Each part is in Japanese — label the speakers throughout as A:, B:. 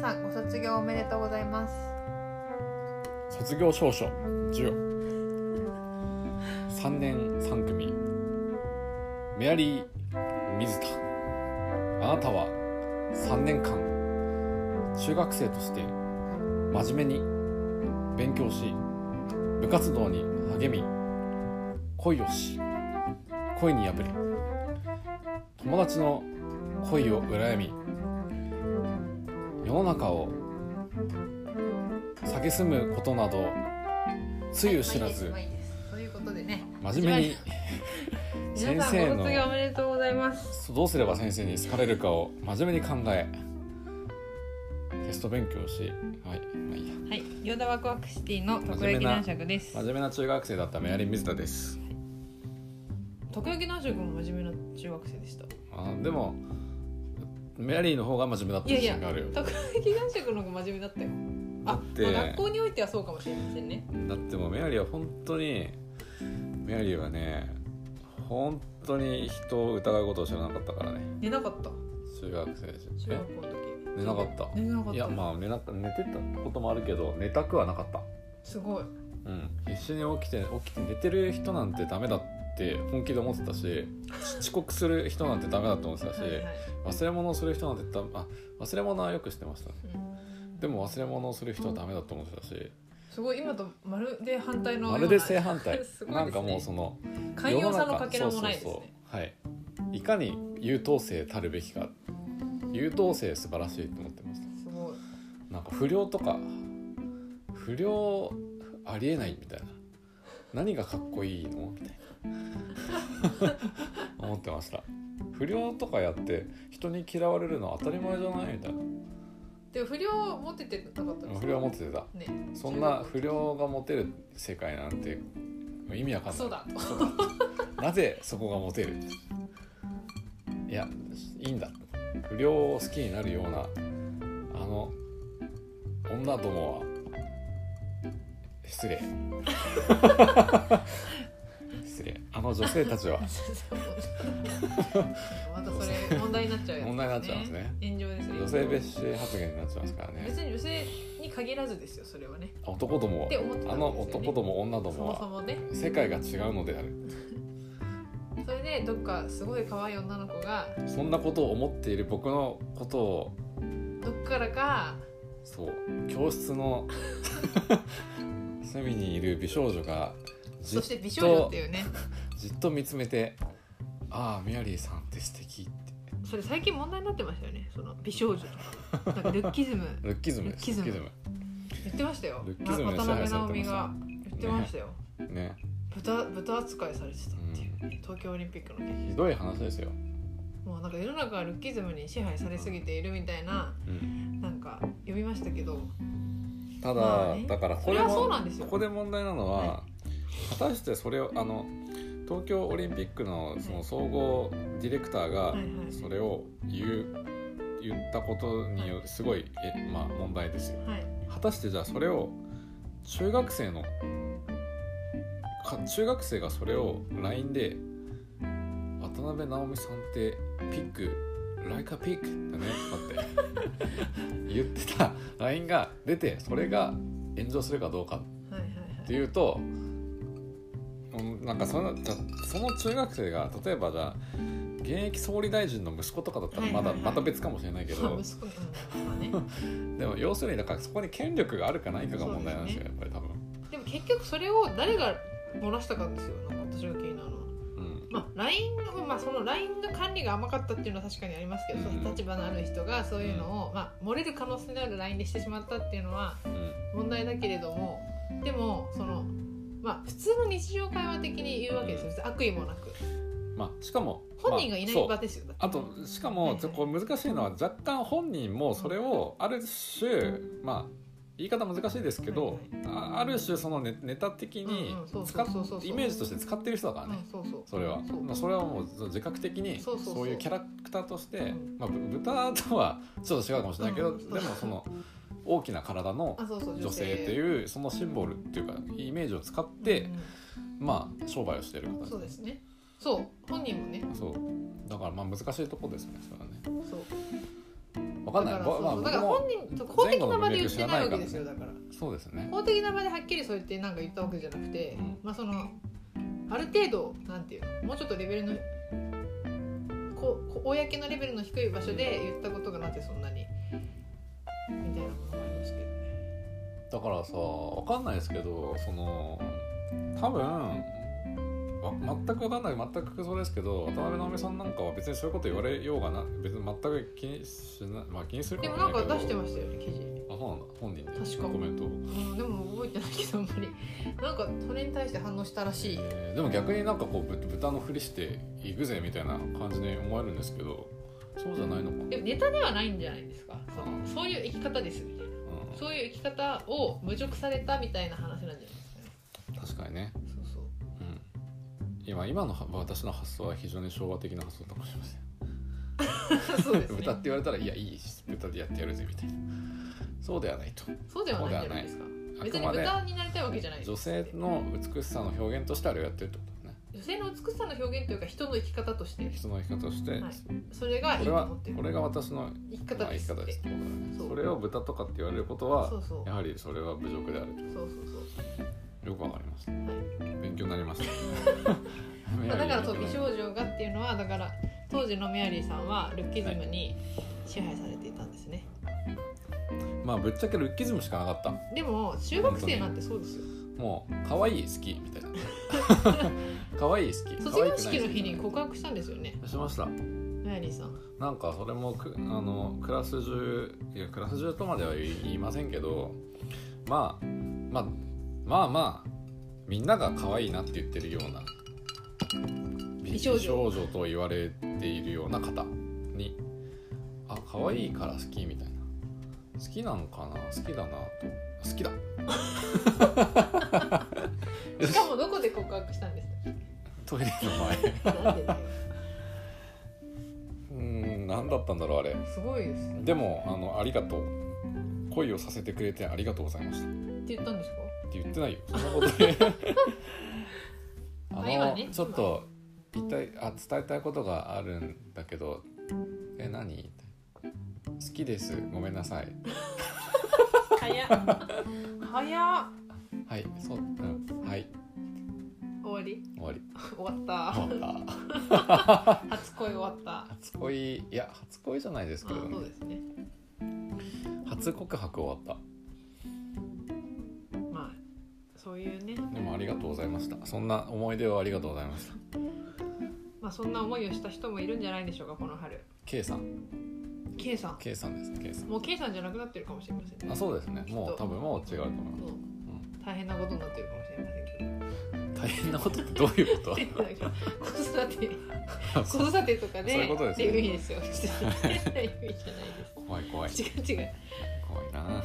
A: さんご卒業おめでとうございます
B: 卒業証書授与3年3組メアリー水田あなたは3年間中学生として真面目に勉強し部活動に励み恋をし恋に破れ友達の恋を羨み世の中を蔑むことなどつゆ知らず
A: まあいいですまあいいですそういうことでね
B: 真面目に先
A: 皆さ
B: 生
A: んご
B: の
A: 卒業おめでとうございます
B: どうすれば先生に好かれるかを真面目に考えテスト勉強をしはいまあいいや
A: はいヨダワクワクシティの特
B: 真
A: 焼
B: 面目
A: き
B: な
A: 男爵です
B: 真面目な中学生だったメアリー水田です
A: 特焼き男爵も真面目な中学生でした
B: あでもメアリーの方が真面目だった
A: いやい
B: 自
A: や
B: 信があるよ
A: 特焼き男爵の方が真面目だったよあ、
B: だって
A: まあ学校においてはそうかもしれませんね
B: だってもうメアリーは本当にメアリーはね本当に人を疑うことを知らなかったからね
A: 寝なかった
B: 中学生でし
A: 中
B: え
A: 学校の時
B: 寝なかった
A: 寝なかった
B: いやまあ寝な寝てたこともあるけど寝たくはなかった
A: すごい
B: うん必死に起きて起きて寝てる人なんてダメだって本気で思って たしち遅刻する人なんてダメだと思ってたし
A: はいはい
B: 忘れ物をする人なんてダメあ忘れ物はよくしてましたねでも忘れ物をする人はダメだと思ってたし
A: すごい今とまるで反対のよう
B: ま
A: な
B: るで正反
A: すごいで
B: 対、
A: すね
B: なんかもうその
A: 寛容さのかけらもないです
B: 世の中そうそう
A: ね
B: そうはいいかに優等生たるべきか優等生素晴らしいと思ってました
A: すごい
B: なんか不良とか不良ありえないみたいな何がかっこいいのみたいな思ってました不良とかやって人に嫌われるのは当たり前じゃないみたい
A: でも不良モテてなかったで
B: な
A: す
B: 不良は持っててた
A: ね
B: そんな不良が持てる世界なんて意味わかんない
A: そうだと
B: なぜそこがモテるいやいいんだ不良を好きになるようなあの女どもは 失礼失礼あの女性たちは
A: またそれ問題になっちゃうやつ
B: 問題になっちゃいますね
A: 炎上ですね
B: 女性蔑視発言になっちゃいますからね
A: 別に女性に限らずですよそれはね
B: 男どもは
A: って思ってたんですよね
B: あの男ども女ど
A: そ
B: も
A: もそ
B: は
A: もね
B: 世界が違うのである
A: それでどっかすごい可愛い女の子が
B: そんなことを思っている僕のことを
A: どっからか
B: そう教室の隅にいる美少女がじ
A: そ
B: っ
A: して美少女っていうね
B: じっと見つめて「ああメアリーさんって素敵って
A: それ最近問題になってましたよねその美少女とかなんかルッキズム
B: ルッキズムです
A: ルッキズム
B: ルッ
A: 言ってましたよ
B: ルッキ
A: ま
B: ズムで
A: 渡
B: 支配
A: 辺
B: され
A: 直
B: てま
A: 美
B: した
A: が言ってましたよ
B: キズムね
A: 豚豚扱いされてたっていう、東京オリンピックの時
B: ひどい話ですよ、
A: もうなんか世の中はルッキズムに支配されすぎているみたいな
B: うん
A: なんか読みましたけど
B: ただ、
A: まあね
B: だから
A: そ
B: こ
A: れ
B: れ
A: はそう
B: も
A: なんです
B: こ
A: よ
B: こで問題なのは、
A: は
B: 果たしてそれをあの東京オリンピックのその総合ディレクターが
A: はいはい
B: それを言う言ったことによるすごい、えまあ、問題ですよ
A: はい
B: 果たしてじゃあそれを中学生のか中学生がそれを LINE で「渡辺直美さんってピックライカピックだね」だって言ってた LINE が出てそれが炎上するかどうか
A: はいはい
B: っていうとうんなんかそのじゃその中学生が例えばじゃあ現役総理大臣の息子とかだったらまだ、
A: はいはいはい
B: また別かもしれないけ
A: は
B: ど
A: い。息子にうんまあね
B: でも要するにだからそこに権力があるかないかが問題なんですよやっぱり多分、
A: でも結局それを誰が漏らしたかですよなんか私が気になるのは。
B: うん、
A: まあ、LINE の、まあ、その LINE の管理が甘かったっていうのは確かにありますけど、
B: うん
A: その立場のある人がそういうのを、まあ、漏れる可能性のある LINE でしてしまったっていうのは
B: うん、
A: 問題だけれどもでもその、まあ、普通の日常会話的に言うわけですよ別に悪意もなく
B: まあしかも
A: 本人がいな
B: ま
A: い
B: あそ
A: 場
B: う
A: ですよ、だって
B: あとしか
A: はい
B: も
A: はい
B: ちょこう難しいのは若干本人もそれをある種まあ言い方難しいですけど、あある種そのネネタ的に
A: うんうんそうそう
B: 使っ
A: そうそうそう
B: イメージとして使ってる人だからね、
A: うん、そうそう
B: それは
A: そう
B: まあ、それはもう自覚的に
A: そうそうそう
B: そういうキャラクターとして
A: うん、
B: まあ、ぶ豚とはちょっと違うかもしれないけど、
A: うん
B: でもその大きな体の
A: あそうそう
B: 女性って
A: う
B: いうそのシンボルっていうかイメージを使って、まあ商売をしてる
A: うんそ
B: 方
A: うですねそう本人もね
B: そうだからまあ難しいとこですよねそれはね
A: そう
B: わか
A: だか
B: んな
A: ら
B: いぼ
A: そう
B: まあ
A: そうだから
B: 僕も
A: 本人そう法的な場で言ってないわけですよ
B: 前
A: だから
B: そうですね
A: 法的な場ではっきりそう言ってなんか言ったわけじゃなくて、
B: うん
A: まあそのある程度なんていうのもうちょっとレベルのここ公のレベルの低い場所で言ったことがなぜそんなにみたいなものもありますけどね。
B: だからさわかんないですけどその多分わ全くわかんない全くそうですけど渡辺直美さんなんかは別にそういうこと言われようがな別に全く気にしないまあ気にする
A: でも
B: も
A: なんか出して
B: あ
A: ましたよね記事、
B: そうなんだ本人で
A: 確か
B: コメントを
A: うん、でも覚えてないけどあんまりなんかそれに対して反応したらしい。
B: えーでも逆になんかこうぶ豚のふりして行くぜみたいな感じに思えるんですけどそうじゃないのかな、うん
A: でもネタではないんじゃないですかそのそういう生き方ですみたいなそういう生き方を侮辱されたみたいな話なんじゃないですかね
B: 確かにね、
A: そうそう
B: うん、今今のは私の発想は非常に昭和的な発想かもしれません
A: そうですね
B: 豚って言われたら「いやいいし豚でやってやるぜ」みたいなそうではないと
A: そうではないんじゃないですか
B: あ
A: 別
B: く
A: に
B: まで
A: 豚になりたいわけじゃないです
B: 女性の美しさの表現としてあれをやってるってことね
A: 女性の美しさの表現というか人の生き方として
B: 人の生き方として、
A: はいそれがいい
B: ことれは
A: 思ってる
B: これが私の
A: 生き
B: ま
A: 方
B: あ
A: で
B: 生き
A: すっ
B: 方で
A: て
B: すってことだね
A: そう
B: それを豚とかって言われること
A: そ
B: は
A: うそう
B: やはりそれは侮辱である
A: そうそうそ
B: とよくわかりました
A: うはい
B: 勉強になりました
A: ま あだからそう美少
B: 女
A: 女がっていうのはだから当時のメアリーさんはルッキズムに支配されていたんですね、
B: まあぶっちゃけルッキズムしかなかった
A: でも中学生なんてそうですよ
B: もう可愛い好きみたいな 可愛い好き
A: 卒業式の日に
B: 可愛く
A: 告白したんですよね
B: ない好きしました
A: メアリーさん
B: なんかそれもくあのクラス中いやクラス中とまでは言い言いませんけどまあまあまあまあみんなが可愛いなって言ってるような美
A: 美少女
B: 少女と言われているような方にあ可愛いから好きみたいな好きなのかな好きだなと好きだ
A: しかもどこで告白したんです
B: トイレの
A: かなんでだよ
B: 前 うん何だったんだろうあれ
A: すごいです
B: でもあのありがとう恋をさせてくれてありがとうございました
A: って言ったんですか
B: って言ってないよそんなこ とであ
A: まあ今
B: の、
A: ね
B: ちょっと言いたいあ伝えたいことがあるんだけどえ何好きですごめんなさい
A: 早っ早っ
B: はいそう、うん、はい
A: 終わり
B: 終わり
A: 終わった
B: 終わった
A: 初恋終わった
B: 初恋いや初恋じゃないですけ
A: あ
B: どね
A: そうですね
B: 初告白終わっ
A: まあそういうね
B: たでもありがとうございましたそんな思い出をありがとうございました
A: まあそんな思いをした人もいるんじゃないでしょうかこの春
B: K さん
A: K さん
B: K さんです K さん
A: もう K さんじゃなくなってるかもしれませんね
B: あそうですねもう多分もう違うと思いま
A: そ
B: す
A: う大変なことになってるかもしれませんけど
B: 大変なことってどういうこと
A: 子育て 子育てとかで
B: そういうことです
A: って
B: ね
A: いう意味ですよ 別に変な意味じゃない
B: 怖い怖い
A: です違う違う
B: 怖いなは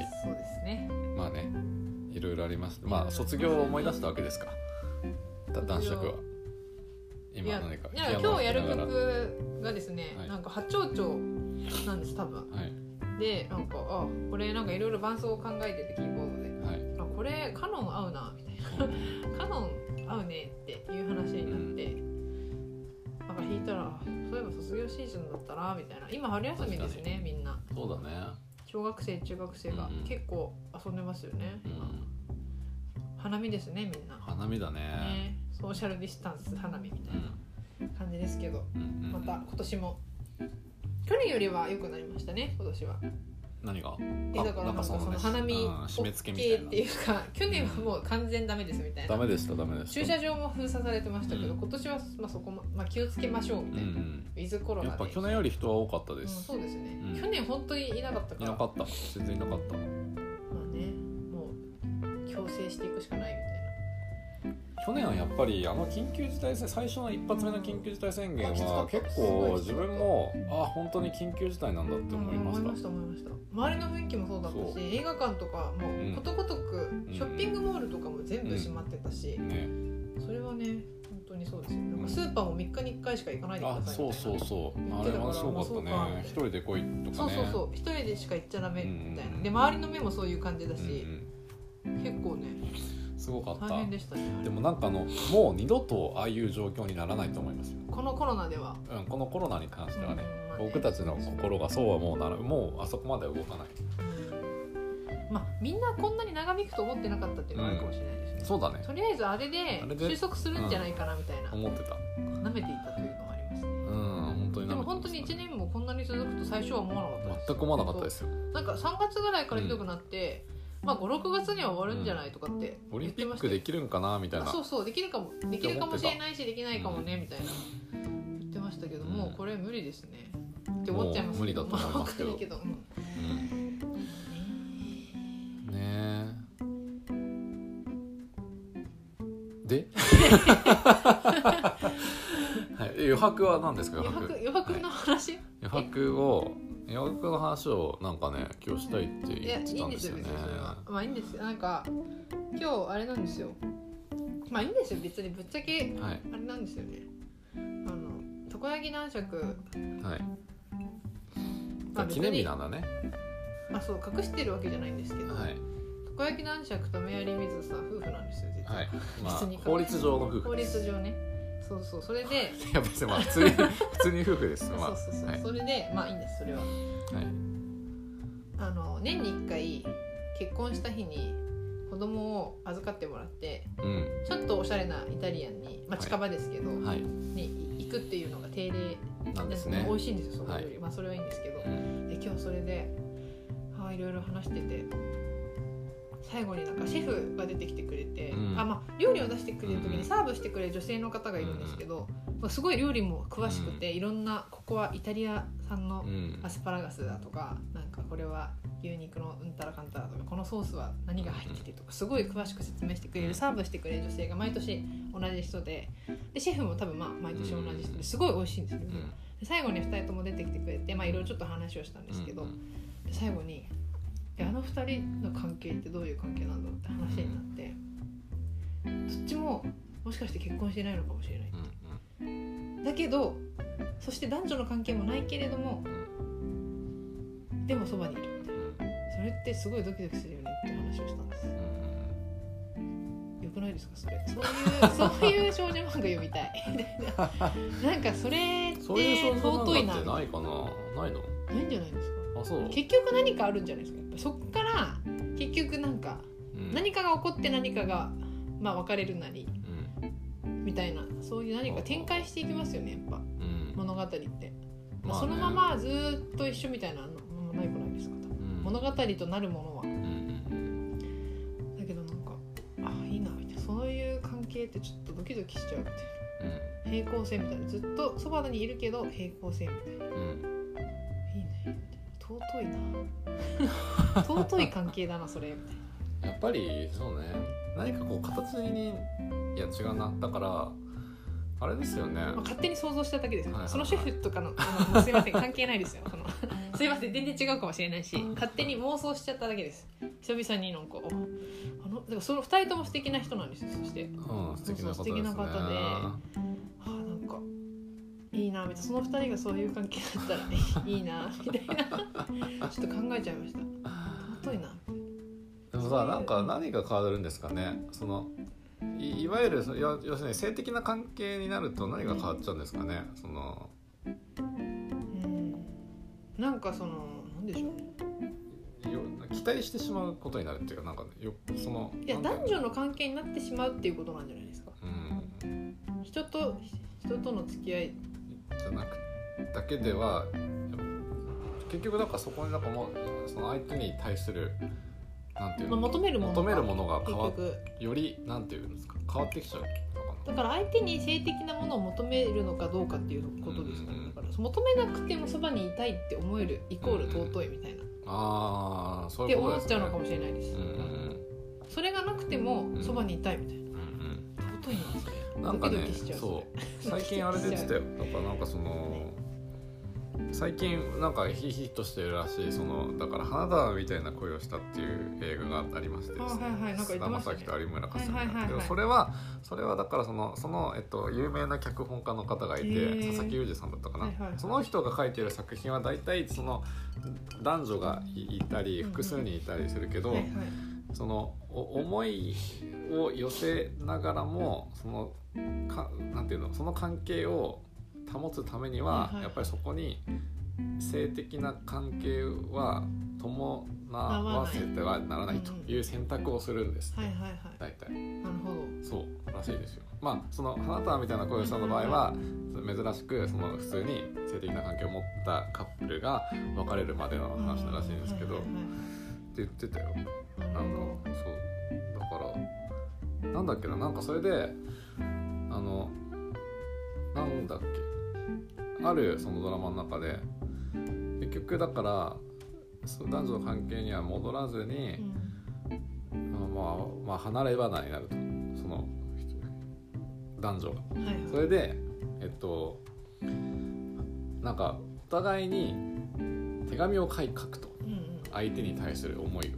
B: い
A: そうですね
B: まあねいろいろありますまあ卒業を思い出したわけですかだ男爵は今何か
A: いやいや
B: ピアノ
A: 今
B: を
A: 日やる
B: 弾きなが
A: 曲がですね、
B: はい
A: なんか波長長なんです多分
B: らはい
A: でなんかあこれなんかいろいろ伴奏を考えててキーボードで
B: はい
A: あこれカノン合うなみたいなカノン合うねっていう話になって、なんか弾いたらあそういえば卒業シーズンだったなみたいな今春休みです
B: 確か
A: ねみんな
B: そうだね
A: 小学生中学生が
B: うんうん
A: 結構遊んでますよね、
B: うん
A: 花見ですねみんな、
B: 花見だね
A: ね、ソーシャルディスタンス花見みたいな感じですけど、
B: うんうんう
A: ま
B: ん
A: た今年も去年よりは良くなりましたね今年は
B: 何が
A: でだからなんかその
B: ね
A: 花見
B: うん締め付け
A: OK
B: み
A: って
B: たい
A: い
B: な
A: うか去年はもう完全ダメですみたい
B: ダ
A: な
B: メでしたダメでした
A: 駐車場も封鎖されてましたけど、
B: うん
A: 今年はまあそこも、まあ、気をつけましょうみ
B: うん
A: た
B: う
A: いな、
B: ん
A: ウィズコロナ
B: や
A: で
B: っぱ去年より人は多かったで
A: うん
B: す
A: そうですね、
B: うん
A: 去年本当にいなかったか
B: い
A: ら
B: なかった全然いなかった
A: まあねもう強制していくしかないみ
B: 去年はやっぱりあの緊急事態宣最初の一発目の緊急事態宣言は
A: あきつかった
B: 結
A: すごい
B: 構自分もあ本当に緊急事態なんだって
A: たいな
B: 思い
A: う
B: ま
A: ん
B: し
A: 思い
B: た
A: ました思いました周りの雰囲気もそうだった
B: そ
A: し映画館とか
B: うん
A: もことごとく
B: ん
A: ショッピングモールとかも全部閉まってたし、
B: ね
A: それはね本当にそうですよなんかスーパーも3日に1回しか行かないでください
B: あ
A: みたいな
B: そうそうそう
A: 言っ
B: あ
A: て
B: れ
A: たから
B: はすご
A: ま
B: かった
A: あそうか
B: ね一人で来いと
A: そ
B: か
A: う
B: ね
A: そうそう一人でしか行っちゃダメみたいな、
B: うんうん
A: で周りの目もそういう感じだ
B: うんう
A: し、
B: ん
A: 結構ね
B: すごかった
A: 大変でしたねあれ
B: でもなんかあのもう二度とああいう状況にならないと思いますよ、
A: このコロナでは
B: うん、このコロナに関してはね
A: うんまあね
B: 僕たちの心がそうはもうならもうあそこまでは動かない
A: まあみんなこんなに長引くと思ってなかったっていうのはあるかもしれないですね、
B: そうだね
A: とりあえずあれで
B: あれで
A: 収束するんじゃないかなみたいな、
B: 思ってた
A: 舐めていたというのはありますね
B: うん本当に
A: で
B: な
A: も本当に1年もこんなに続くと最初は思わなかったです
B: 全く思わなかったですよ
A: なんか3月ぐらいからひどくなって、まあ56月には終わるんじゃないとかって
B: オリ
A: 言
B: ン
A: っ
B: ピ
A: てま
B: ッ
A: した
B: ク
A: よ
B: できるんかなみたい
A: あ
B: な
A: そうそうできるかもできるかもしれないしできないかもね、
B: うん
A: みたいな言ってましたけど、
B: うん
A: もうこれ無理ですねって思っちゃいます
B: もう無理だと思いますけど
A: あわかんないけど、うん
B: うんね えではい余白は何ですか
A: 余
B: 余白
A: 白余白の話、
B: 余白を余白の話をなんかね今日したいって
A: いやい
B: 言って
A: い
B: た
A: ん
B: ん
A: で
B: ですす
A: よ
B: よね
A: 別にそれはまあいいんですよなんか今日あれなんですよまあいいんですよ別にぶっちゃけ
B: はい
A: あれなんですよねあのたこ焼き男爵
B: はい、
A: まあ
B: 記念日な
A: 別
B: んだ
A: に
B: ね
A: まあそう隠してるわけじゃないんですけど、
B: はい
A: たこ焼き男爵とメアリー・ミズさん夫婦なんですよ実は、
B: はい まあ
A: 別に
B: 法律上の夫婦
A: 法律上ねそうそうそれで
B: いや別にまあ普 通に普通に夫婦です
A: そう
B: まあ
A: そうそう、
B: はい
A: それでまあいいんですそれは
B: はい
A: あの年に1回結婚した日に子供を預かってもらって
B: う
A: ちょっとおしゃれなイタリアンに、まあ、
B: はい
A: 近場ですけど、
B: んはい
A: に行くっていうのが定例
B: なんですね
A: 美味しいんですよそこより、
B: は
A: まあそれはいいんですけど、
B: うん
A: で今日それであーいろいろ話してて最後になんかシェフが出てきてくれて、
B: うん
A: あまあ、料理を出してくれる時
B: うんう
A: に
B: ん
A: サーブしてくれる女性の方がいるんですけど、まあすごい料理も詳しくて、いろんなここはイタリア産の
B: うん
A: アスパラガスだとかなんかこれは牛肉のうんたらかんたらとかこのソースは何が入っててとかすごい詳しく説明してくれ
B: う
A: る
B: ん
A: サーブしてくれる女性が毎年同じ人ででシェフも多分まあ毎年同じ人
B: う
A: で
B: ん
A: すごい美味しいんですよ、で
B: うん
A: 最後に2人とも出てきてくれてまあいろいろちょっと話をしたんですけど、
B: うん
A: で最後にえあの2人の関係ってどういう関係なんだろうって話になって、どっちももしかして結婚してないのかもしれない
B: うん
A: だけどそして男女の関係もないけれどもでもそばにいるみたいな
B: うんうん
A: それってすごいドキドキするよねって話をしたんです
B: うんうん
A: よくないですかそれそういうそういう少女漫画読みたい みたいななんかそれって
B: そういう少
A: 尊い
B: 女
A: な
B: 漫画って
A: な
B: ないかなないの
A: いんじゃないですか
B: あそう、
A: 結局何かあるんじゃないですかやっぱそっから結局なんか
B: うん、
A: 何かが起こって何かがまあ別れるなり
B: うん
A: みたいなそういう何か展開していきますよねやっぱ
B: うん
A: 物語って、
B: まあね
A: そのままずーっと一緒みたいなのもないくないですか多分
B: うん
A: 物語となるものは
B: うんうん
A: だけどなんかああいいなみたいなそういう関係ってちょっとドキドキしちゃうみたい
B: うん
A: な平行線みたいなずっとそばにいるけど平行線みたいな
B: うん
A: いいねみたいな 尊いな尊い関係だなそれみたいな
B: やっぱりそうね何かこう形にいや違うなだからあれですよね、
A: まあ、勝手に想像しただけですよ、
B: はいはいはい
A: そのシェフとかのあのすいません関係ないですよそのすいません全然違うかもしれないし勝手に妄想しちゃっただけです久々になんかああのでもその2人とも素敵な人なんですよそして
B: うん素敵な方
A: そうそう素
B: で
A: 敵
B: すね
A: な方であーなんかいいなみたいなその2人がそういう関係だったら ねいいなみたいなちょっと考えちゃいました尊いな
B: でもさなんか何が変わるんですかねそのいいわゆるその要要するに性的な関係になると何が変わっちゃうんですかねその
A: うんなんかそのなんでしょうね
B: よ期待してしまうことになるっていうかなんかよその
A: いや
B: なん
A: 男
B: ていう
A: 女の関係になってしまうっていうことなんじゃないですか
B: のうん
A: 人と人との付き合い
B: じゃなくだけでは結局なんかそこになんかもうその相手に対するなんていう
A: ま
B: の、
A: あ求めるものが
B: 求めるものが変
A: 結
B: わ
A: 局
B: よりなんていうんですか変わってきちゃうのか
A: だから相手に性的なものを求めるのかどうかっていうことですから、
B: うんうんうん
A: だから求めなくてもそばにいたいって思えるイコール尊いみたいな、
B: なああそ
A: っ
B: うい
A: て
B: うこと
A: 思
B: で
A: っ
B: す
A: ち
B: ね
A: ゃうのかもしれないです、
B: うん
A: それがなくてもそばにいたいみたいな
B: うんうん
A: 尊いなそれ
B: うんなんかね
A: ドキドキしちゃう
B: そう
A: それ
B: 最近あれ出てたよだからなんかその最近なんかヒヒットしてるらしいそのだから花束みたいな恋をしたっていう映画がありましてですね
A: あはいはいなんか言ってましたね
B: 菅田将暉と有村架純なんだ
A: はいはい
B: け
A: はい
B: ど
A: はい
B: それはそれはだからそのその、えっと、有名な脚本家の方がい
A: へ
B: て
A: ー
B: 佐々木裕二さんだったかな、
A: はいはいはい
B: その人が書いてる作品は大体その男女がいいたり
A: うんうん
B: 複数にいたりするけど、
A: はいはい
B: そのお思いを寄せながらもそのかなんていうのその関係を保つために
A: は
B: はい
A: はい
B: やっぱりそこに性的な関係は伴わせてはならないという選択をするんです
A: はいはいはい
B: 大体
A: なるほど
B: そうらしいですよまあその花束みたいな恋をしたの場合は珍しくその普通に性的な関係を持ったカップルが別れるまでの話らしいんですけどっ
A: は
B: て言ってた
A: い
B: よ
A: はいはい
B: な
A: なる
B: んか
A: ほ
B: そうだからなんだっけななんかそれであのなんだっけあるそのドラマの中で結局だからそう男女の関係には戻らずに、
A: ど
B: まあ、まあ離れ離れになるとその人男女が
A: うんはいはい
B: それでえっとなんかお互いに手紙を書い書くと
A: うんうん
B: 相手に対する思いを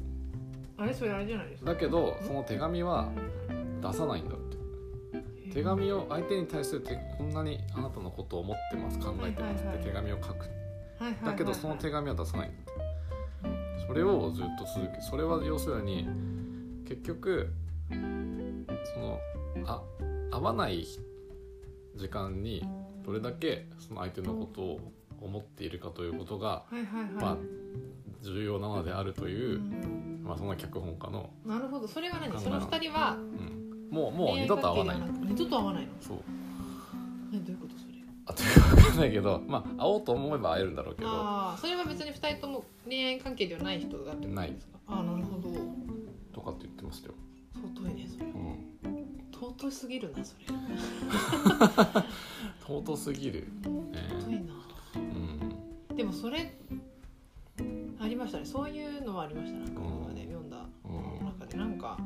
A: あれそれあれじゃないですか
B: だけどその手紙は出さないんだって手紙
A: を
B: を相手に対する手こんなにあなたのことを思ってます考えてます
A: はいはいは
B: っ
A: い
B: て手紙を書くだけどその手紙は出さないんだってそれをずっと続けそれは要するに結局そのあ会わない時間にどれだけその相手のことを思っているかということが、
A: はいはいはい
B: まあ、重要なのであると
A: う
B: いう、
A: ん
B: まあ、そんな脚本家の、
A: なるほどそれは何
B: 考え
A: その二人は
B: うん、もうもう二度と会わない
A: 恋愛関係ではく二度と会わないの
B: そう
A: えどういうことそれ
B: あというか分かんないけど、まあ、会おうと思えば会えるんだろうけど
A: ああそれは別に二人とも恋愛関係ではない人だってことですかああなるほど
B: とかって言ってましたよ、
A: 尊いねそれ
B: うん、
A: 尊すぎるなそれ
B: 尊すぎるね、
A: 尊いな
B: うん、
A: でもそれありましたねそういうのはありましたなんか今まで読んだ
B: うん
A: 中でなんか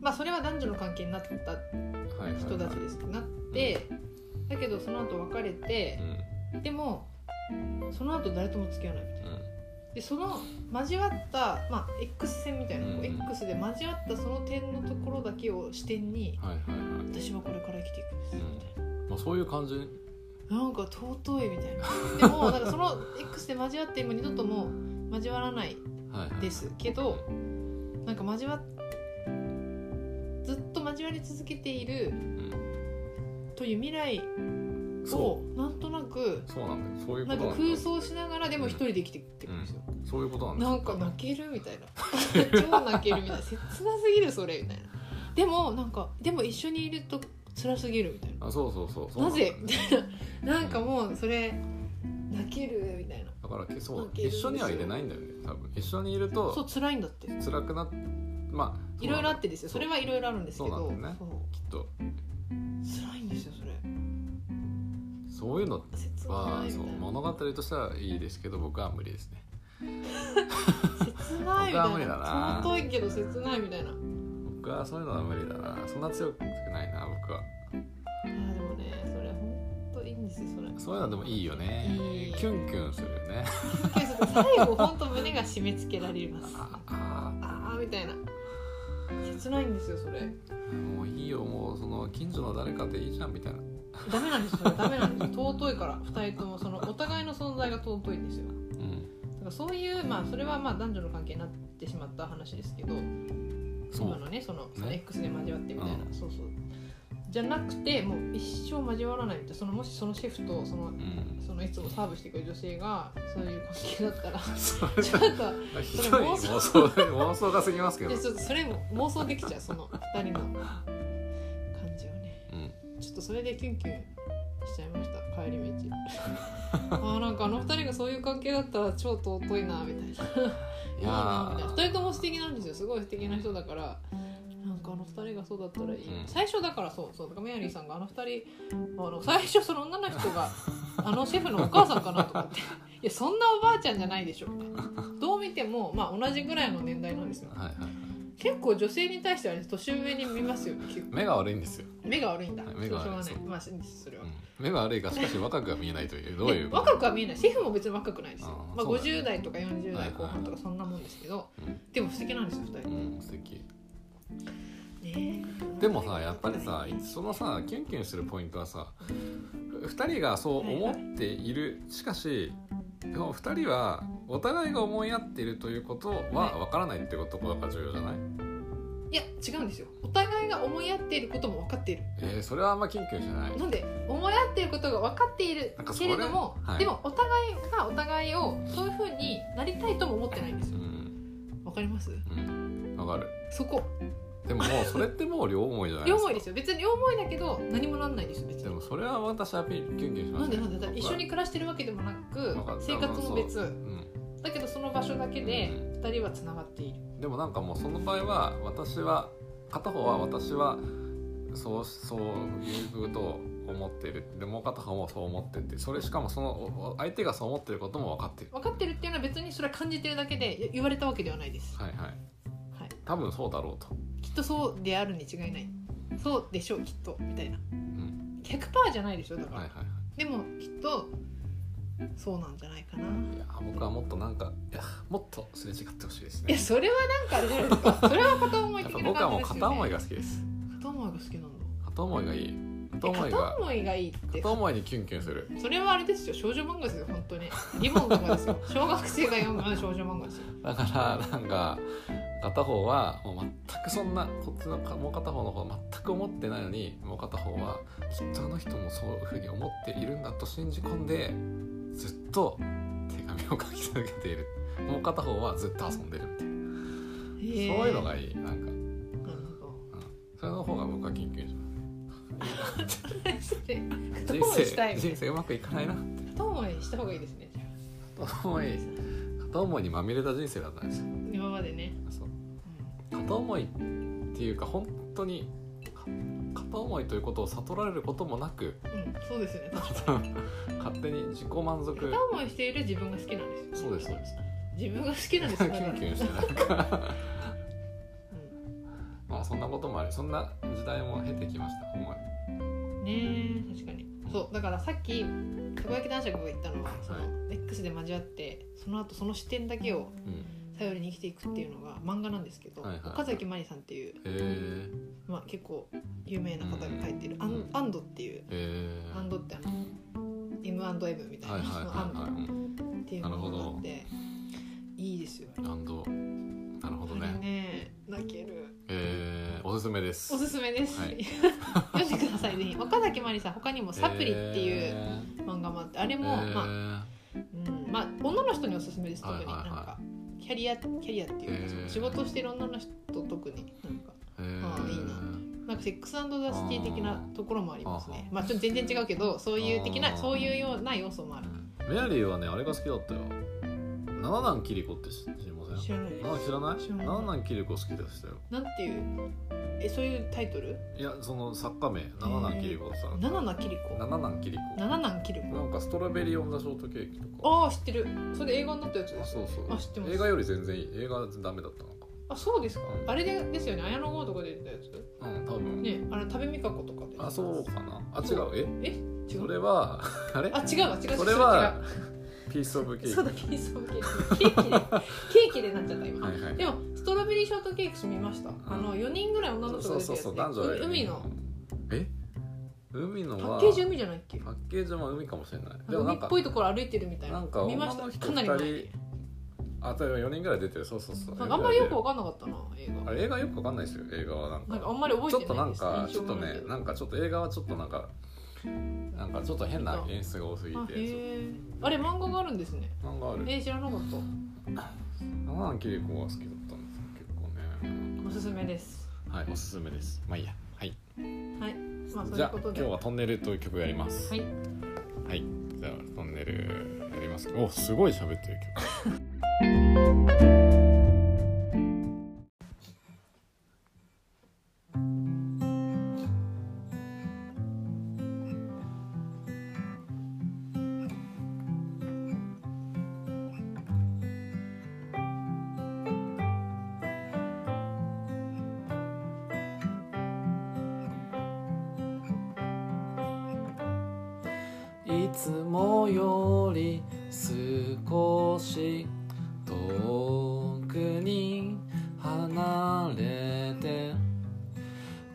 A: まあそれは男女の関係になった
B: はいはいはい
A: 人たちですけどなってだけどその後別れて
B: うん
A: でもその後誰とも付き合わないみたいなでその交わった、まあ、X 線みたいな、こう
B: うん
A: X で交わったその点のところだけを視点に
B: うんはいはいはい
A: 私はこれから生きていくんですみたいな。
B: まあそういう感じ
A: なんか尊いみたいなでもなんかその X で交わっても二度とも交わらない
B: はいはい
A: ですけどなんか交わずっと交わり続けている
B: うん
A: という未来を
B: そ
A: なんとなく
B: うそうなんだよそういう
A: な
B: こ
A: ん
B: と
A: か
B: なんだよ
A: 空想しながらでも一人で生きていくんですよ。
B: そういうことなんだよ
A: なんか泣けるみたいな 超泣けるみたいな切なすぎるそれみたいなでもなんかでも一緒にいると辛すぎるみたい
B: あそうそうそうそう
A: ななん
B: だよ
A: ぜ みたいななんかもうそれ泣けるみたいな
B: だからけそう
A: 泣けるんで
B: 一
A: すよ
B: 緒にはいれないんだよね多分一緒にいる
A: そ
B: と
A: う辛いんだって
B: 辛くなっまあ
A: いろいろあ
B: て
A: ってですよそれはいろいろあるんですけど
B: そうなんだよね
A: そう
B: きっと
A: 辛いんですよそれ
B: そういうの
A: 切な
B: はい
A: みた
B: そう
A: いな
B: 物語としてはいいですけど僕は無理ですね
A: 切ないみたい
B: 僕は無理
A: な
B: だな
A: 尊いけど切ないみたいな
B: 僕はそういうのは無理だなそんな強くないな僕は
A: あーでもねそれ本当いいんですよそれ
B: そういうのでもいいよね
A: いい
B: キュンキュンするよね
A: けど最後本当胸が締め付けられます
B: ああ
A: あーみたいな切ないんですよそれ
B: もういいよもうその近所の誰かでいいじゃんみたいな
A: ダメなんですよそれダメなんですよ尊いから2人ともそのお互いの存在が尊いんですよ
B: うん
A: だからそういうまあそれはまあ男女の関係になってしまった話ですけど
B: そ
A: 今
B: う
A: のねそのその
B: ね
A: X で交わってみたいな、
B: う
A: そうそうじゃなくてもう一生交わらないみたいなそのもしそのシェフとその
B: うん
A: そのいつもサーブしてくる女性がそういう関係だった ら
B: それ
A: ちょっと
B: ひどい妄想妄想が過ぎますけ
A: い
B: ど
A: やちょっとそれも妄想できちゃうその2人の感じをね
B: うん
A: ちょっとそれでキュンキュンしちゃいました帰り道 あーなんかあの二人がそういう関係だったら超尊いなみたいな い
B: い
A: いな
B: や
A: みたいな
B: ー
A: 二人とも素敵なんですよすごい素敵な人だからなんかあの二人がそうだったらいい、
B: うん
A: 最初だからそうそうだからメアリーさんがあの二人あの最初その女の人 があのシェフのお母さんかなとかっていやそんなおばあちゃんじゃないでしょみたいなどう見てもまあ同じぐらいの年代なんですよ
B: はいはいはい
A: 結構女性に対しては、ね、年上に見ますよね結構
B: 目が悪いんですよ、
A: 目が悪いんだ
B: はい目が悪い
A: しょうが
B: そう
A: ないまあいいんですそれは
B: うん、目が悪いがしかし若くは見えないというどう
A: ね
B: いうこと
A: 若くは見えないシェフも別に若くないですよ
B: あー
A: まあ、
B: そうだよ
A: 50代とか40代後半と
B: はいはいは
A: か
B: い
A: そんなもんですけど、
B: うん
A: でも素敵なんですよ2人
B: うん素敵
A: ね
B: でもさやっぱりさそのさキュンキュンするポイントはさ2人がそう思っているしかしでも2人はお互いが思い合っているということは分からないってことこが重要じゃない
A: いや違うんですよお互いが思い合っていることも分かっている
B: えー、それはあんまキュンキュンしない
A: なんで思い合っていることが分かっている
B: なんかそ
A: け
B: れ
A: れども、
B: はい
A: でもお互いがお互いをそういうふうになりたいとも思ってないんです
B: う
A: よ
B: ん
A: わかります
B: うん分かる
A: そこ
B: でももうそれってもう両思いじゃない
A: 両
B: です か
A: 思いですよ別に両思いだけど何もなんないです別
B: で
A: に
B: もそれは私はピンキュンキュンしま
A: な
B: す
A: ん
B: ね
A: でなんでだって一緒に暮らしてるわけでもなく
B: わかる
A: 生活も別
B: 僕は
A: だけどその場所だけで2人はつながっている
B: うんでもなんかもうその場合は私は片方は私はそうそういうことを思っているでもう片方もそう思っててそれしかもそのお相手がそう思っていることも分かってる
A: 分かってるっていうのは別にそれは感じてるだけで言言われたわけではないです、
B: はいはい
A: はい、
B: 多分そうだろうと
A: きっとそうであるに違いないそうでしょうきっとみたいな
B: うん
A: 100%じゃないでしょだから、
B: はいはいはい
A: でもきっとそうなんじゃないかな、
B: いや僕はもっとなんかいやもっとすれ違ってほしいです
A: いや
B: ね
A: それはなんかあれじゃないですかそれは片思い
B: やっ
A: 的
B: ぱ
A: な
B: 僕は
A: 感
B: も
A: じ
B: う
A: です
B: 片
A: よ
B: 思い
A: ね
B: が好きです
A: 片思いが好きなんだ
B: 片思いがいい片
A: え
B: 思いが
A: 片思いがいいって
B: 片思いにキュンキュンする
A: それはあれですよ少女漫画ですよ本当にリボンとかです よ小学生が読む少女漫画ですよ
B: だからなんか片方はもう全くそんなこっちのかもう片方の方は全く思ってないのにもう片方はきっとあの人もそういうふうに思っているんだと信じ込んでずっと手紙を書き続けているもう片方はずっと遊んでるみたいな、
A: そう
B: そういうの
A: い
B: がいいなんか
A: いなるほ
B: それの方が僕はキュンキュンします
A: ど 失礼
B: 人
A: 片思いしたいみた
B: 生
A: い
B: 人生うまくいかないな
A: な片思いした方がいいですねじゃあ
B: 片思い片思いにまみれた人生だったんですよ
A: 今までね、
B: そう片思いっていうか本当にか片思いということを悟られることもなく
A: うん、うんそうですよね確かに
B: 勝手に自己満足
A: 片思いしている自分が好きなんですよ
B: そうですそうです
A: 自分が好きなんです
B: キ
A: よだから
B: ュンキュンしてなんか
A: う
B: まあそんなこともありそんな時代も経てきました思い
A: んねえ確かにそうだからさっきたこ焼き男爵が言ったのはその、
B: は
A: X で交わってその後その視点だけを
B: うん
A: 頼りに生きていくっていうのが漫画なんですけど、
B: はいはいはい
A: 岡崎真理さんっていう、
B: へえ
A: まあ、結構有名な方が書いてる「ア
B: うん
A: ンアンド」っていう
B: へえ
A: 「アンド」ってあの M&M みたい
B: はいはい
A: なその「ア
B: はいはい
A: ン
B: うん
A: ド」っていうものがあっていいですよ。
B: ランドなるほど
A: あれ
B: ね
A: ね泣ける
B: えー、おすすめです
A: おすすめです、
B: はい
A: 読んでくださいぜ ひ岡崎真理さん他にも「サプリ」ってい
B: へ
A: う
B: ー
A: 漫画もあってあれも、
B: へー
A: まあうんまあ、女の人におすすめです特に、
B: はいはいはい
A: なんかキャリアキャリアっていうかその仕事をしてる女の人特になんか
B: へー
A: あーいいななんかセックスザ・シティ的なところもありますねまあちょっと全然違うけどそういう的
B: あ
A: な
B: ー
A: そういうような要素もある
B: メアリーはねあれが好きだったよ七段キリコって知りません
A: 知らないです
B: あ知らない
A: 知らない
B: 七段キリコ好きでしたよ
A: なんていうえそういうタイトル
B: いやその作家名七段キリコさん
A: 七ナキリコ
B: 七段キリコ
A: 七ナキリ
B: なんかストロベリーオンザショートケーキとか
A: コああ知ってるそれ映画になったやつ
B: あ
A: です
B: そうそう
A: あ知ってます
B: 映画より全然いい映画はダメだったのか
A: あそうですか
B: うん
A: あれでですよね綾野剛とかで出たやつ
B: うん多分
A: ねあの多部未華子とかで
B: あそうかなあ違
A: そう
B: え
A: え違
B: そうれは あれ
A: あ違うわ違う違う
B: それはピースオブケ
A: 違う
B: ーキ
A: そうだピースオブケーキケーキでケーキでなっちゃった今
B: はいはい
A: でもストロベリーショートケークス見ました、あの4人ぐらい女の子
B: そ
A: が
B: う
A: 出て
B: そ
A: る
B: う
A: やつ
B: そう
A: で
B: 男女
A: 海海の
B: え海の
A: パ
B: は
A: ッケージ海じゃないっけ
B: パッケージも海かもしれないでもな
A: 海
B: ん
A: っ
B: か
A: ぽいところ歩いてるみたいな
B: なんか
A: 見まし
B: 女の
A: た
B: 人
A: かなり前
B: 二
A: に
B: あ例えば4人ぐらい出てるそうそうそう
A: なんかあんまりよく
B: 四人ぐらい出てる
A: 分かんなかったな映
B: あれ映画よくわかんないですよ映画はなん
A: 画なん
B: か
A: かあんまり覚え
B: ちょってと
A: な
B: ないん
A: です
B: かち
A: 印
B: ょっ
A: 象が
B: と
A: ない
B: ね
A: けど
B: なんかちょっと映画はちょっとなんかなんかちょっと変な演出が多すぎ
A: あ
B: て
A: へえあれ漫画があるんですね
B: なんかある
A: えー、知らなかった
B: 七段キリコが好きだったんですよ結構ね
A: おすすめです
B: はいおすすめですまあいいやはい
A: はいまあそう
B: じ
A: いう
B: ゃあ
A: こ
B: 今
A: と
B: 日
A: で
B: は「トンネル」という曲やります
A: はい
B: はい、じゃあトンネルやりますおすごい喋ってる曲いつもより少し遠くに離れて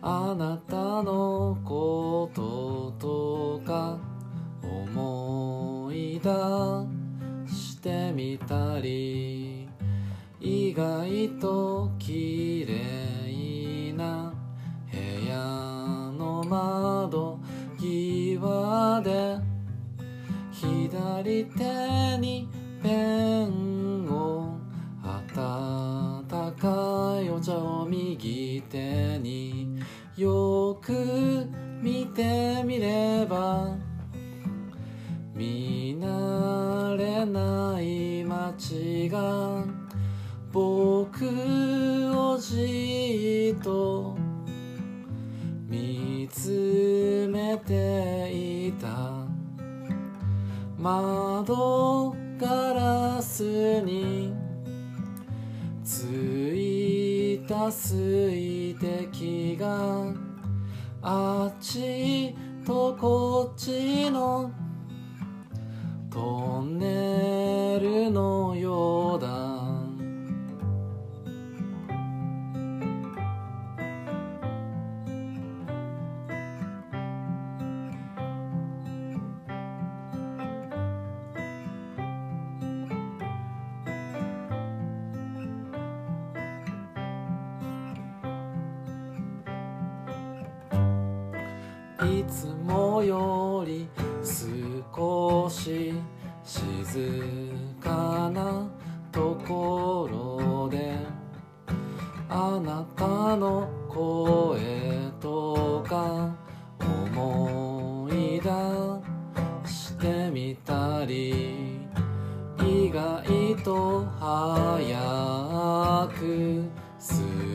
B: あなたのこととか思い出ししてみたり意外と綺麗な部屋の窓際で左手にペンを温かいお茶を右手によく見てみれば見慣れない街が僕をじっと見つめていた窓ガラスについた水滴があっちとこっちのトンネルのようだいつもより少し静かなところであなたの声とか思い出してみたり意外と早く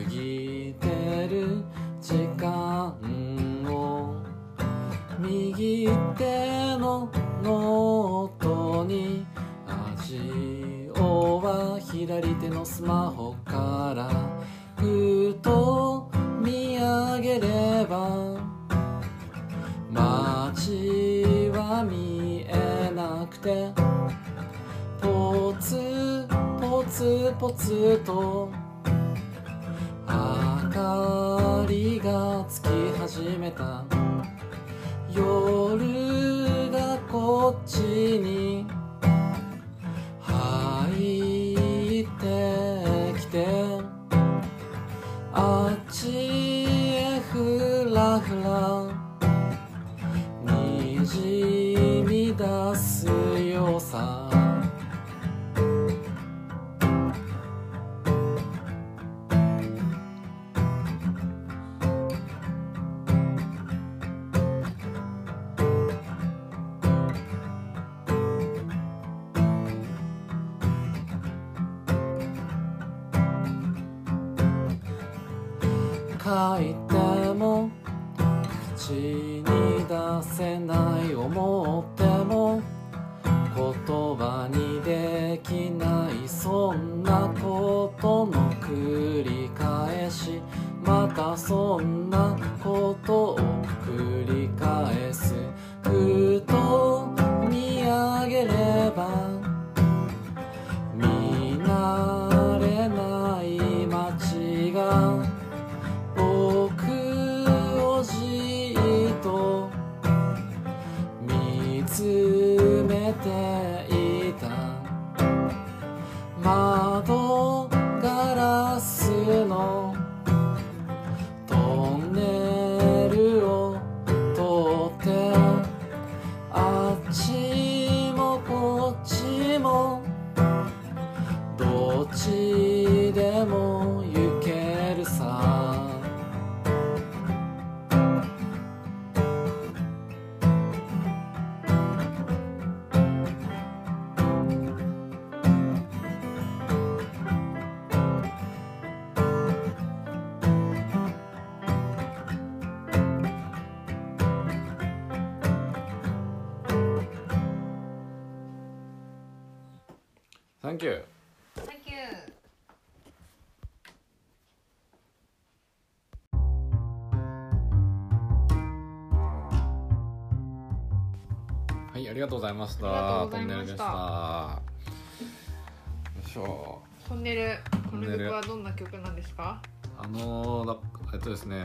B: 過ぎてる時間を右手のノートに味をは左手のスマホからふと見上げれば街は見えなくてポツポツポツと明かりがつき始めた夜がこっちに入ってきてあっちへふらふらにじみ出すよさ書いても口に出せない思っても言葉にできないそんなことの繰り返しまたそんなことを繰り返すふと見上げれば見慣れない街が僕をじっと見つめていた窓ガラスのトンネルを通ってあっちもこっちもどっちでも行けるさ
C: サンキュー
D: サンキュー
C: はいありがとうございました
A: ありがとうご
C: ト
A: ざい
C: ンネ
A: ま
C: ルで
A: し
C: したたよいしょ
A: トンネルこ
C: ト
A: の
C: ンネル
A: 曲はどんな曲なんですか
C: あのーだえっとですね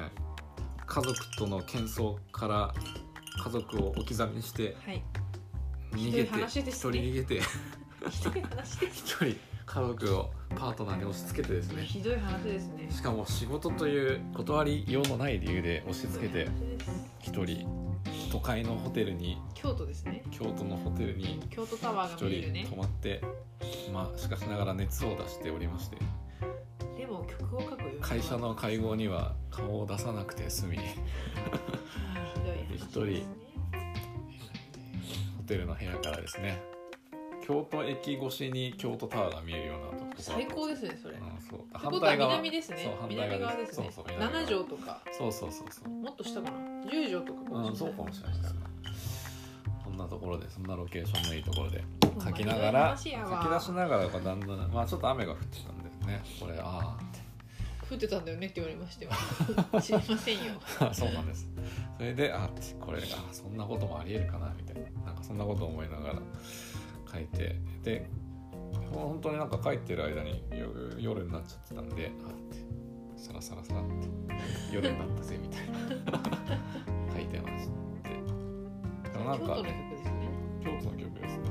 C: 家族との喧騒から家族を置き去りにして
A: はい
C: 逃げて
A: ひどい話ですね
C: 人逃げて
A: ひどい話です
C: 一人家族をパートナーに押し付けてです
A: ね
C: ね
A: ひどい話ですね
C: しかも仕事という
B: 断りようのない理由で押し付けて
A: ひどい話です
B: 一人都会のホテルに
A: 京都ですね
B: 京都のホテルに
A: 京都タワー
B: 一
A: が見える
B: 人
A: ね
B: 泊まってまあしかしながら熱を出しておりまして
A: でも曲を書くよ
B: 会社の会合には顔を出さなくて済み
A: ひどい話です、ね、
B: 一ホテルの部屋からですね京都駅越しに京都タワーが見えるようなとこが
A: 最高ですねそれ
B: うん、そう
A: ってことは南ですね
B: そう反
A: 南
B: 対
A: 側
B: 側
A: で
B: ですす
A: ね
B: そうそう
A: 7
B: 南側
A: 畳とか
B: そうそうそうそう
A: もっと下かな10畳とかかもしれない
B: うん、そうかもしれないですねそんなところでそんなロケーションのいいところで
A: ほんま
B: 書
A: に
B: きながら
A: 羨まし
B: 書き
A: いやわ
B: 出しながらがだんだんまあちょっと雨が降ってたんですねこれあ
A: 降ってたんだよねって言われまして は知りませんよ
B: あそうなんですそれであこれあそんなこともありえるかなみたいななんかそんなことを思いながら書いてで本当になんか書いてる間に夜夜になっちゃってたんであってサラサラサラって夜になったぜみたいな 書いてましてで
A: 京
B: も
A: 都
B: なん
A: の
B: か
A: 曲ですね
B: 京都の曲ですね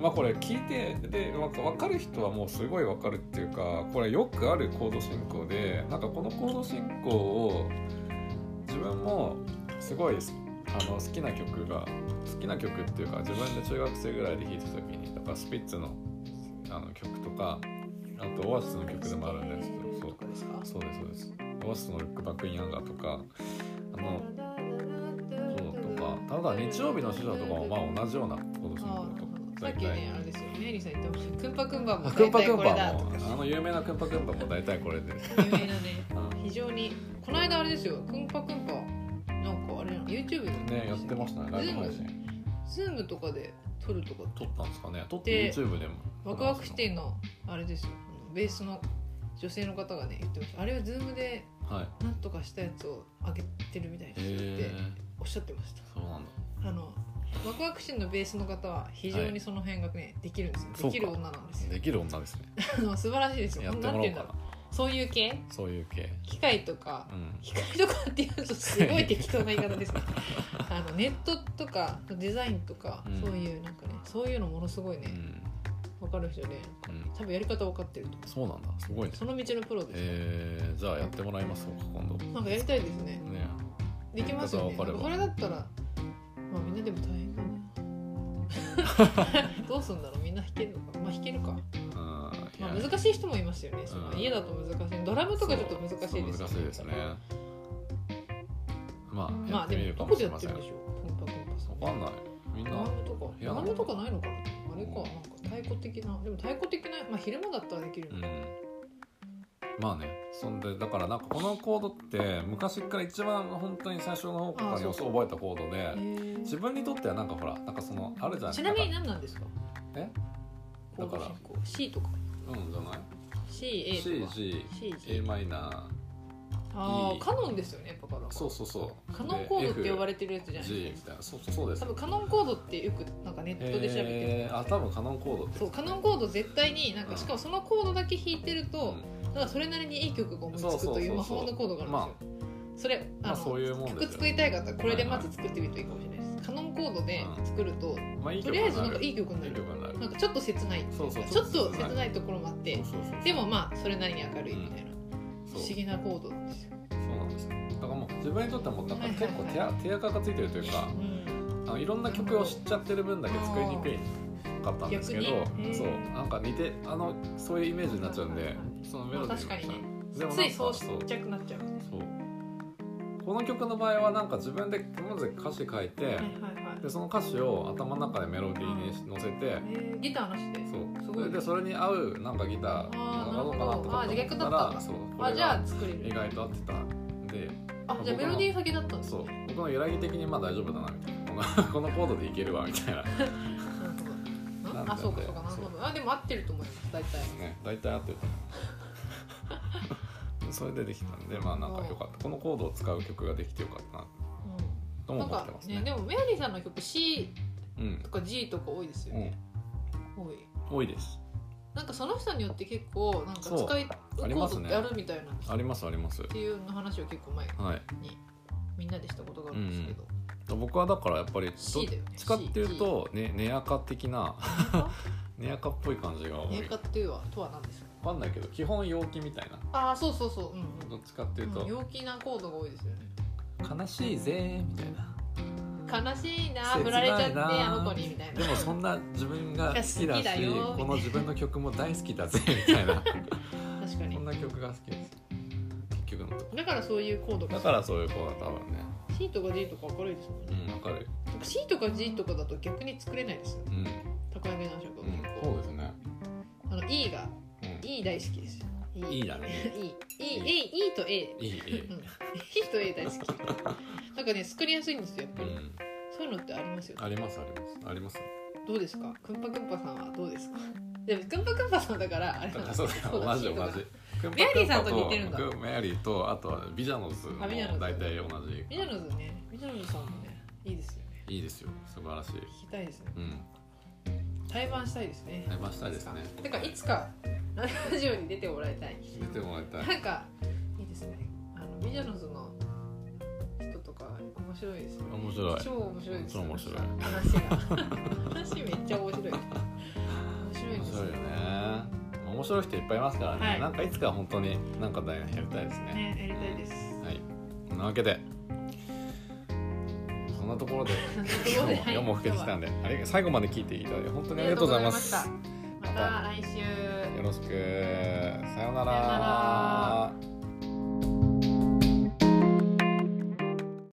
B: まあこれ聞いてでわか分かる人はもうすごい分かるっていうかこれよくあるコード進行でなんかこのコード進行を自分もすごいあの好きな曲が好きな曲っていうか自分で中学生ぐらいで弾いた時にだからスピッツのあの曲とかあとオアシスの曲でもあるんですけどそう
A: どですか
B: そうですそうですオアシスの「ロックバック・イン・アンガー」とかあのそうとかただ日曜日の師匠とかもまあ同じようなことする
A: あ
B: こと
A: あさ
B: 大
A: っき
B: 体
A: ねあれですよねエリさん言ってましたクンパクンパも
B: クン
A: 大
B: パ
A: 体
B: クン
A: こ
B: パ
A: れだと
B: も
A: か
B: あの有名なクンパクンパも大体これで
A: 有名なね
B: うん
A: 非常にこの間あれですよクンパクンパなんかあれなの YouTube で
B: ねやってましたねライブ配信
A: ズームとかで撮るとか
B: 撮ったんですかね撮っ
A: で
B: て YouTube でも
A: ワクワクしてんのあれですよあのベースの女性の方がね言ってましたあれはズームで
B: はい
A: なんとかしたやつを上げてるみたいですよって
B: へえ
A: おっしゃってました
B: そうなんだ
A: あのワクワクシンのベースの方は非常
B: は
A: に
B: い
A: その辺がねできるんですよ
B: そうか
A: できる女なんですよ
B: できる女ですね
A: あ の素晴らしいですよ
B: やって
A: なん
B: も
A: て
B: ら
A: い
B: お
A: う
B: うんか
A: だろ
B: な
A: うそういう系
B: そういう系
A: 機械とか
B: うん
A: 機械とかっていうとすごい適当な言い方 ですねあのネットとかデザインとか、
B: うん
A: そういうなんかねそういうのものすごいね
B: うん
A: 分かる人で
B: うん
A: 多分やり方分かってると思
B: そうなんだすごいね
A: うその道のプロです、
B: えーじゃあやってもらいますか今度
A: なんかやりたいですね
B: ね
A: できますよね
B: やり
A: な
B: 方
A: んか
B: 分
A: そ
B: か
A: れ
B: れ
A: だったらまあみんなでも大変か などうすんだろうみんな弾けるのかまあ弾けるか、
B: うんい
A: まあ、
B: や
A: 難しい人もいますよねその
B: うん
A: 家だと難しいドラムとかちょっと難しいですよね
B: そう難しいですねまあや
A: ま
B: っ
A: あ
B: て
A: で
B: みる
A: もど
B: かも
A: こ
B: し
A: で
B: れ
A: やっ
B: ま
A: て
B: せん
A: るんでしょうコンパクトパス
B: わかんないみん
A: ド
B: な
A: ラムとか
B: 部
A: ド
B: 屋な
A: ラ
B: の
A: ムとかないのかなあれかなん
B: うん
A: か太鼓的なでも太鼓的なまあ昼間だったらできる
B: う
A: の
B: んまあねそんでだからなんかこのコードって昔から一番本当に最初の方から
A: あそう
B: よそ覚えたコード
A: へ
B: で
A: ー
B: 自分にとってはなんかほらなんかそのあるじゃん
A: ちなみに
B: んか
A: 何なんですか
B: え
A: コード
B: だから
A: 進行 C とか
B: うんじゃない
A: CA とか CG
B: CGA マイナ
A: あ
B: E
A: あカノンですよねやっぱから
B: ーそうそうそう
A: カノンコードって呼ば
B: れ
A: れてるやつじゃない
B: G
A: で
B: み
A: すか
B: たいなそうそうそうです
A: 多分カノンコードってよくなんかネットで調べてる、
B: えーあ多分カノンコードって
A: そうカノンコード絶対になん
B: う
A: か
B: ん
A: しかもそのコードだけ弾いてる
B: う
A: と、
B: ん
A: ただそれなりにいい曲が思いつ
B: そう
A: く
B: そ
A: と
B: うそう
A: い
B: そうう
A: 魔法のコードがあるんですよ、それあの、
B: まあそういうもんですよ
A: 曲作りたい方はこれでまず作ってみるといいかもしれないです、カノンコードで作ると、
B: まあいい
A: と
B: 曲
A: りあえずな
B: に
A: ん
B: な
A: か
B: る
A: いい曲にない
B: い
A: る
B: 曲になる
A: なんかちょっと切ないっていうか
B: そうそう
A: ちょっ
B: ちょっ
A: と
B: と切ない
A: 切ないところもあって
B: そうそうそう
A: でもまあそれなりに明るいみたいな、不
B: そう
A: 思議なコードなんですよ、
B: そうなんですよだからもう自分にとってはもうなんか結構手,、手垢がついてるというか
A: うん、
B: あのいろんな曲を知っちゃってる分だけ作りにくいかったんですけど
A: 逆にへー
B: そうなんか似てあのそういうイメージになっちゃうん
A: はい
B: で
A: はいはい
B: そのメロディー
A: まあ確かに
B: でもなん
A: ついそうし
B: そう
A: ちゃくなっちゃうね
B: そうこの曲の場合はなんか自分でまず歌詞書いて
A: はいはいはい
B: でその歌詞を頭の中でメロディーに乗せて
A: えーギターなしで
B: そう
A: す
B: そ
A: ごい
B: れでそれに合うなんかギター
A: あー
B: などうかなとかっ
A: なるほどあー
B: て思った
A: じゃあ逆だったんだ
B: らそうこ
A: あ
B: れ
A: じゃ
B: が
A: あ作れ
B: 意
A: る
B: 外と合ってたんで
A: あじゃあメロディー先だったんです
B: そう
A: ね
B: 僕の揺らぎ的にまあ大丈夫だなみたいな このコードでいけるわみたい
A: な
B: な
A: るほど
B: なん
A: ん
B: だ
A: あそうかそうかなる
B: そう
A: ほどあでも合ってると思います大体
B: ね大体合ってると思うそれでできたんでまあなんかよかったこのコードを使う曲ができてよかったなと
A: うん
B: も
A: なん
B: 思っ
A: か
B: てますね
A: ねでもメアリーさんの曲 C
B: うん
A: とか G とか多いですよ
B: う
A: ね
B: ん
A: 多い
B: 多いです
A: なんかその人によって結構なんか
B: そう
A: 使いコ
B: ありま
A: ー
B: す
A: ド
B: ね
A: ってあるみたいなんです
B: ありますあります
A: っていうの話を結構前
B: はい
A: にみんなでしたことがあるんですけど
B: 僕はだからやっぱりど
A: C だよね
B: どっちかっていうとね根垢的な
A: あ
B: ねやかっぽい感じが多い
A: ネカっていうはとは何ですか
B: わかんないけど基本陽気みたいな
A: ああそうそうそううん
B: どっちかっていうと
A: うん、陽気なコードが多いですよね
B: 悲しいぜみたいな
A: 悲しいな
B: 切ないな
A: 振られちゃってあの子にみたいな
B: でもそんな自分が好きだ
A: 好きだ
B: し
A: よみたいな
B: この自分の曲も大好きだぜみた いな
A: 確か
B: こ
A: に
B: んな曲が好きです結局のとこ
A: だからそういうコードが
B: だからそういう子だ多分ね
A: C とか D とか明るいですもん
B: う
A: ね、
B: んわかる
A: なんか C とか G とかだと逆に作れないですよ
B: うん、うん、
A: 高柳の職
B: そうですね、
A: あの E が
B: うん、
A: E 大好きですよ E
B: いいだね
A: E E E, e と A
B: いいいい
A: うん E と A 大好きなんかね作りやすいんですよやっ
B: う
A: ぱり、
B: ん
A: そういうのってありますよ
B: ありますありますあります
A: どうですかくんぱくんぱさんはどうですか でもくんぱくんぱさんだからあれなん
B: あ
A: だ
B: そうだ よ同じ
A: C とか
B: 同じ
A: メアリーさんと似てるんだ
B: メアリーとあとはビジャノズも
A: あビジャノズ
B: 大体同じ
A: ミナルズねミナルズさんもねいいですよね
B: いいですよ素晴らしい
A: 聞きたいですね
B: うん
A: 対バンしたいですね
B: 対バンしたいですね
A: だからいつかラジオに出てもらいたい
B: 出てもらいたい
A: なんかいいですねあのミジャノズの人とか面白いですね
B: 面白い
A: 超面白いですよ
B: 超面白い
A: 話が話めっちゃ面白い面白い
B: 面
A: です
B: 白いよ
A: ね
B: ね面白い人いっぱいいますからね、
A: はい
B: なんかいつか本当になんか大変やりたいですね
A: ねやりたいです
B: はいそんなわけでそんなところで今 日も夜も更けてきたんで、あれ最後まで聞いていただいて本当にありがとうございます
A: ありがとうございましたまた来週
B: よろしくさようなら
A: さようなら